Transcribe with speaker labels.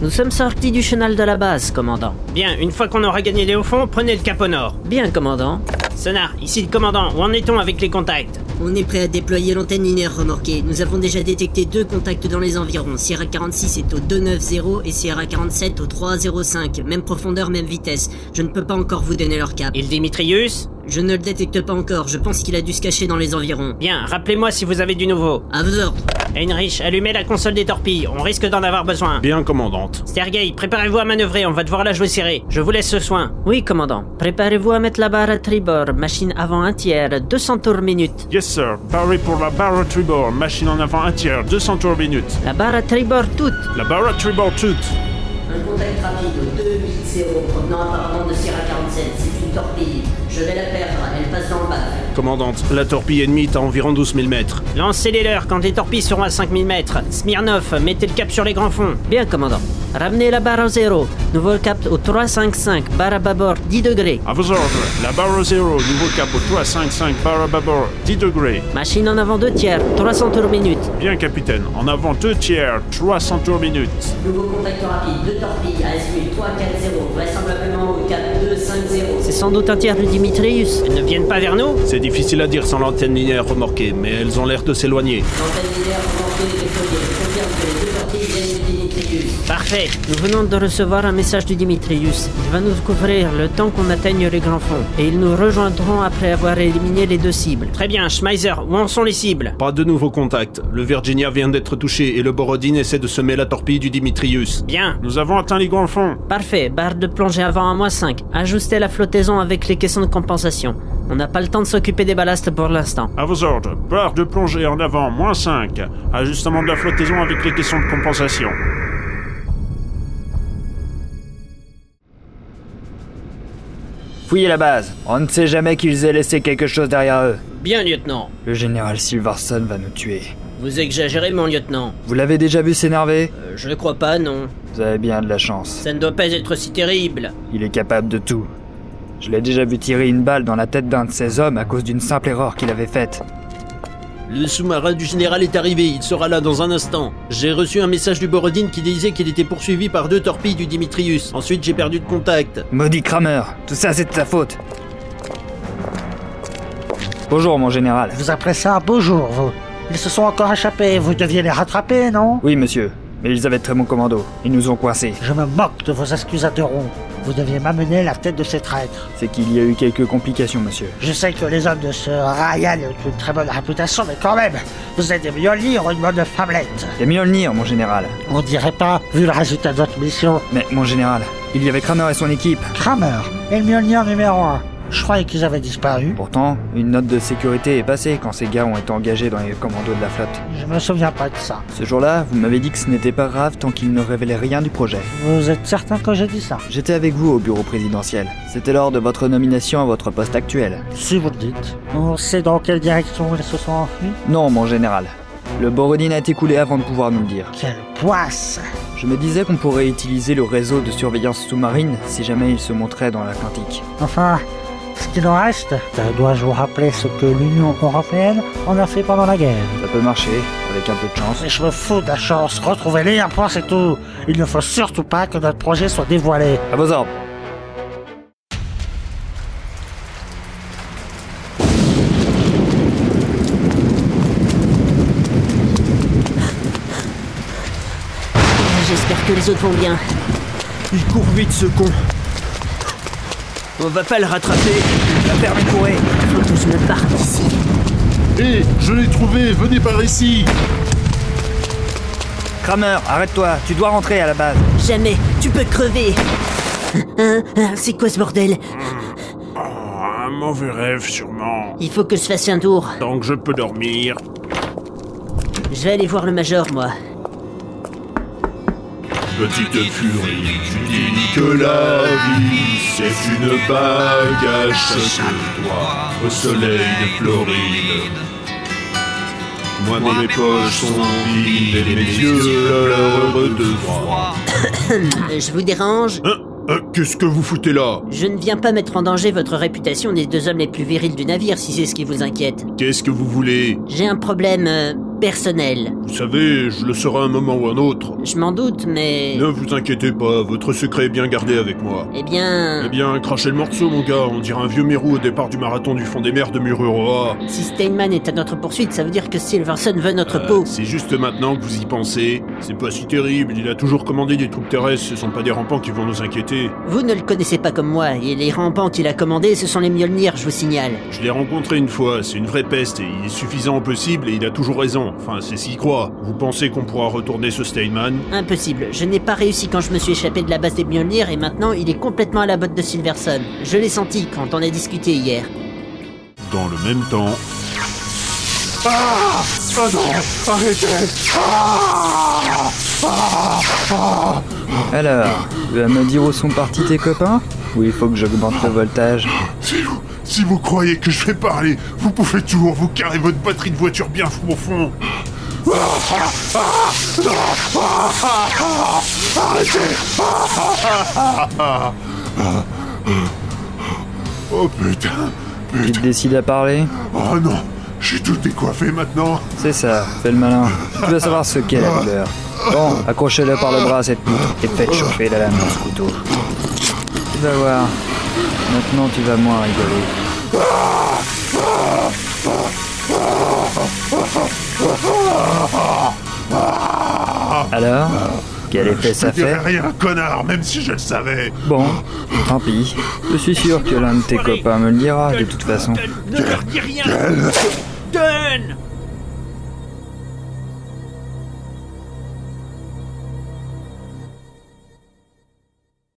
Speaker 1: Nous sommes sortis du chenal de la base, commandant.
Speaker 2: Bien, une fois qu'on aura gagné les hauts fonds, prenez le cap au nord.
Speaker 1: Bien, commandant.
Speaker 2: Sonar, ici le commandant, où en est-on avec les contacts
Speaker 3: On est prêt à déployer l'antenne linéaire remorquée. Nous avons déjà détecté deux contacts dans les environs. Sierra 46 est au 290 et Sierra 47 au 305. Même profondeur, même vitesse. Je ne peux pas encore vous donner leur cap.
Speaker 2: Et le Dimitrius
Speaker 3: Je ne le détecte pas encore. Je pense qu'il a dû se cacher dans les environs.
Speaker 2: Bien, rappelez-moi si vous avez du nouveau.
Speaker 3: À vos ordres.
Speaker 2: Heinrich, allumez la console des torpilles, on risque d'en avoir besoin.
Speaker 4: Bien, commandante.
Speaker 2: Sergei, préparez-vous à manœuvrer, on va devoir la jouer serrée. Je vous laisse ce soin.
Speaker 1: Oui, commandant. Préparez-vous à mettre la barre à tribord, machine avant un tiers, 200 tours minute.
Speaker 4: Yes, sir. Barré pour la barre à tribord. Machine en avant un tiers, 200 tours minute.
Speaker 1: La barre à tribord toute.
Speaker 4: La barre à tribord toute.
Speaker 3: Un contact rapide au 280 provenant apparemment de Sierra 47. C'est une torpille. Je vais la perdre. Elle passe dans le bac.
Speaker 4: Commandante, la torpille ennemie est à environ 12 000 mètres.
Speaker 2: Lancez les leurs quand les torpilles seront à 5000 mètres. Smirnov, mettez le cap sur les grands fonds.
Speaker 1: Bien, commandant. Ramenez la barre au zéro. Nouveau cap au 355, barre à bâbord 10 degrés.
Speaker 4: À vos ordres. La barre au zéro. Nouveau cap au 355. Barre à bâbord. 10 degrés.
Speaker 1: Machine en avant 2 tiers, 300 tours minute.
Speaker 4: Bien, capitaine. En avant deux tiers. 300 tours minute.
Speaker 3: Nouveau contact rapide. Deux torpilles à SU 340. Vraisemblablement au 4250.
Speaker 1: C'est sans doute un tiers du Dimitrius.
Speaker 2: Elles ne viennent pas vers nous
Speaker 4: C'est difficile à dire sans l'antenne linéaire remorquée, mais elles ont l'air de s'éloigner.
Speaker 3: L'antenne linéaire remorquée est déployée. Je confirme que les deux torpilles viennent du Dimitrius.
Speaker 2: Parfait.
Speaker 1: Nous venons de recevoir un message du Dimitrius. Il va nous couvrir le temps qu'on atteigne les grands fonds. Et ils nous rejoindront après avoir éliminé les deux cibles.
Speaker 2: Très bien, Schmeiser, où en sont les cibles
Speaker 4: Pas de nouveaux contacts. Le Virginia vient d'être touché et le Borodin essaie de semer la torpille du Dimitrius.
Speaker 2: Bien.
Speaker 4: Nous avons atteint les grands fonds.
Speaker 1: Parfait, barre de plongée avant à moins 5. Ajustez la flottaison avec les caissons de compensation. On n'a pas le temps de s'occuper des ballasts pour l'instant.
Speaker 4: À vos ordres. Barre de plongée en avant, moins 5. Ajustement de la flottaison avec les caissons de compensation.
Speaker 5: Fouillez la base. On ne sait jamais qu'ils aient laissé quelque chose derrière eux.
Speaker 2: Bien, lieutenant.
Speaker 5: Le général Silverson va nous tuer.
Speaker 2: Vous exagérez, mon lieutenant.
Speaker 5: Vous l'avez déjà vu s'énerver
Speaker 2: Euh, je ne crois pas, non.
Speaker 5: Vous avez bien de la chance.
Speaker 2: Ça ne doit pas être si terrible.
Speaker 5: Il est capable de tout. Je l'ai déjà vu tirer une balle dans la tête d'un de ses hommes à cause d'une simple erreur qu'il avait faite.
Speaker 6: Le sous-marin du général est arrivé, il sera là dans un instant. J'ai reçu un message du Borodin qui disait qu'il était poursuivi par deux torpilles du Dimitrius. Ensuite, j'ai perdu de contact.
Speaker 5: Maudit Kramer, tout ça c'est de ta faute. Bonjour mon général.
Speaker 7: Vous appelez ça un beau jour, vous Ils se sont encore échappés, vous deviez les rattraper, non
Speaker 5: Oui monsieur, mais ils avaient très bon commando. Ils nous ont coincés.
Speaker 7: Je me moque de vos excusatorons. Vous deviez m'amener la tête de ces traîtres.
Speaker 5: C'est qu'il y a eu quelques complications monsieur.
Speaker 7: Je sais que les hommes de ce Ryan ont une très bonne réputation, mais quand même, vous êtes des violiers ou une bonne femmelette.
Speaker 5: Il y a Mjolnir mon général.
Speaker 7: On dirait pas, vu le résultat de votre mission.
Speaker 5: Mais mon général, il y avait Kramer et son équipe.
Speaker 7: Kramer et le Mjolnir numéro 1. Je croyais qu'ils avaient disparu.
Speaker 5: Pourtant, une note de sécurité est passée quand ces gars ont été engagés dans les commandos de la flotte.
Speaker 7: Je me souviens pas de ça.
Speaker 5: Ce jour-là, vous m'avez dit que ce n'était pas grave tant qu'ils ne révélaient rien du projet.
Speaker 7: Vous êtes certain que j'ai dit ça
Speaker 5: J'étais avec vous au bureau présidentiel. C'était lors de votre nomination à votre poste actuel.
Speaker 7: Si vous le dites. On sait dans quelle direction ils se sont enfuis
Speaker 5: Non, mon général. Le Borodin a été coulé avant de pouvoir nous le dire.
Speaker 7: Quelle poisse
Speaker 5: Je me disais qu'on pourrait utiliser le réseau de surveillance sous-marine si jamais il se montrait dans l'Atlantique.
Speaker 7: Enfin, ce qu'il en reste, euh, dois-je vous rappeler ce que l'Union européenne en a fait pendant la guerre
Speaker 5: Ça peut marcher, avec un peu de chance.
Speaker 7: Mais je me fous de la chance, retrouvez-les, un point c'est tout. Il ne faut surtout pas que notre projet soit dévoilé.
Speaker 5: À vos ordres
Speaker 1: J'espère que les autres vont bien.
Speaker 6: Il court vite, ce con. On va pas le rattraper.
Speaker 1: Faut que je me parte d'ici.
Speaker 8: Hé, je l'ai trouvé, venez par ici
Speaker 5: Kramer, arrête-toi, tu dois rentrer à la base.
Speaker 1: Jamais. Tu peux crever. Hein, hein, C'est quoi ce bordel
Speaker 4: Ah, Un mauvais rêve, sûrement.
Speaker 1: Il faut que je fasse un tour.
Speaker 4: Donc je peux dormir.
Speaker 1: Je vais aller voir le major, moi.
Speaker 8: Petite furie, tu dis que la vie, c'est une bague à chaque doigt au soleil de Floride. Moi, mes poches sont vides et mes yeux pleurent de froid.
Speaker 1: Euh, Je vous dérange
Speaker 8: Hein Hein, Qu'est-ce que vous foutez là
Speaker 1: Je ne viens pas mettre en danger votre réputation des deux hommes les plus virils du navire, si c'est ce qui vous inquiète.
Speaker 8: Qu'est-ce que vous voulez
Speaker 1: J'ai un problème euh,
Speaker 3: personnel.
Speaker 8: Vous savez, je le saurai à un moment ou un autre.
Speaker 3: Je m'en doute, mais...
Speaker 8: Ne vous inquiétez pas, votre secret est bien gardé avec moi.
Speaker 3: Eh bien...
Speaker 8: Eh bien, crachez le morceau, mon gars. On dirait un vieux mérou au départ du marathon du fond des mers de Mururoa.
Speaker 3: Si Steinman est à notre poursuite, ça veut dire que Silverson veut notre peau.
Speaker 8: Euh, C'est juste maintenant que vous y pensez. C'est pas si terrible. Il a toujours commandé des troupes terrestres. Ce sont pas des rampants qui vont nous inquiéter.
Speaker 3: Vous ne le connaissez pas comme moi, et les rampants qu'il a commandés, ce sont les Mjolnir, je vous signale.
Speaker 8: Je l'ai rencontré une fois. C'est une vraie peste et il est suffisant au possible et il a toujours raison. Enfin, c'est s'il croit. Vous pensez qu'on pourra retourner ce Steinman
Speaker 3: Impossible, je n'ai pas réussi quand je me suis échappé de la base des Mjolnir, et maintenant il est complètement à la botte de Silverson. Je l'ai senti quand on a discuté hier.
Speaker 4: Dans le même temps,
Speaker 5: Alors, tu vas me dire où sont partis tes copains Ou il faut que j'augmente le voltage
Speaker 8: Si vous, si vous croyez que je vais parler, vous pouvez toujours vous carrer votre batterie de voiture bien profond. Oh putain
Speaker 5: Tu te décides à parler
Speaker 8: Oh non J'ai tout décoiffé maintenant
Speaker 5: C'est ça, fais le malin. Tu vas savoir ce qu'est la douleur. Bon, accrochez-le par le bras à cette poutre et faites chauffer la lame dans ce couteau. Tu vas voir. Maintenant, tu vas moins rigoler. Alors Quel effet
Speaker 8: Je
Speaker 5: ça
Speaker 8: te dirais
Speaker 5: fait
Speaker 8: rien, connard, même si je le savais
Speaker 5: Bon, tant pis. Je suis sûr que l'un de tes copains me le dira, de toute façon.
Speaker 2: Ne leur dis rien Donne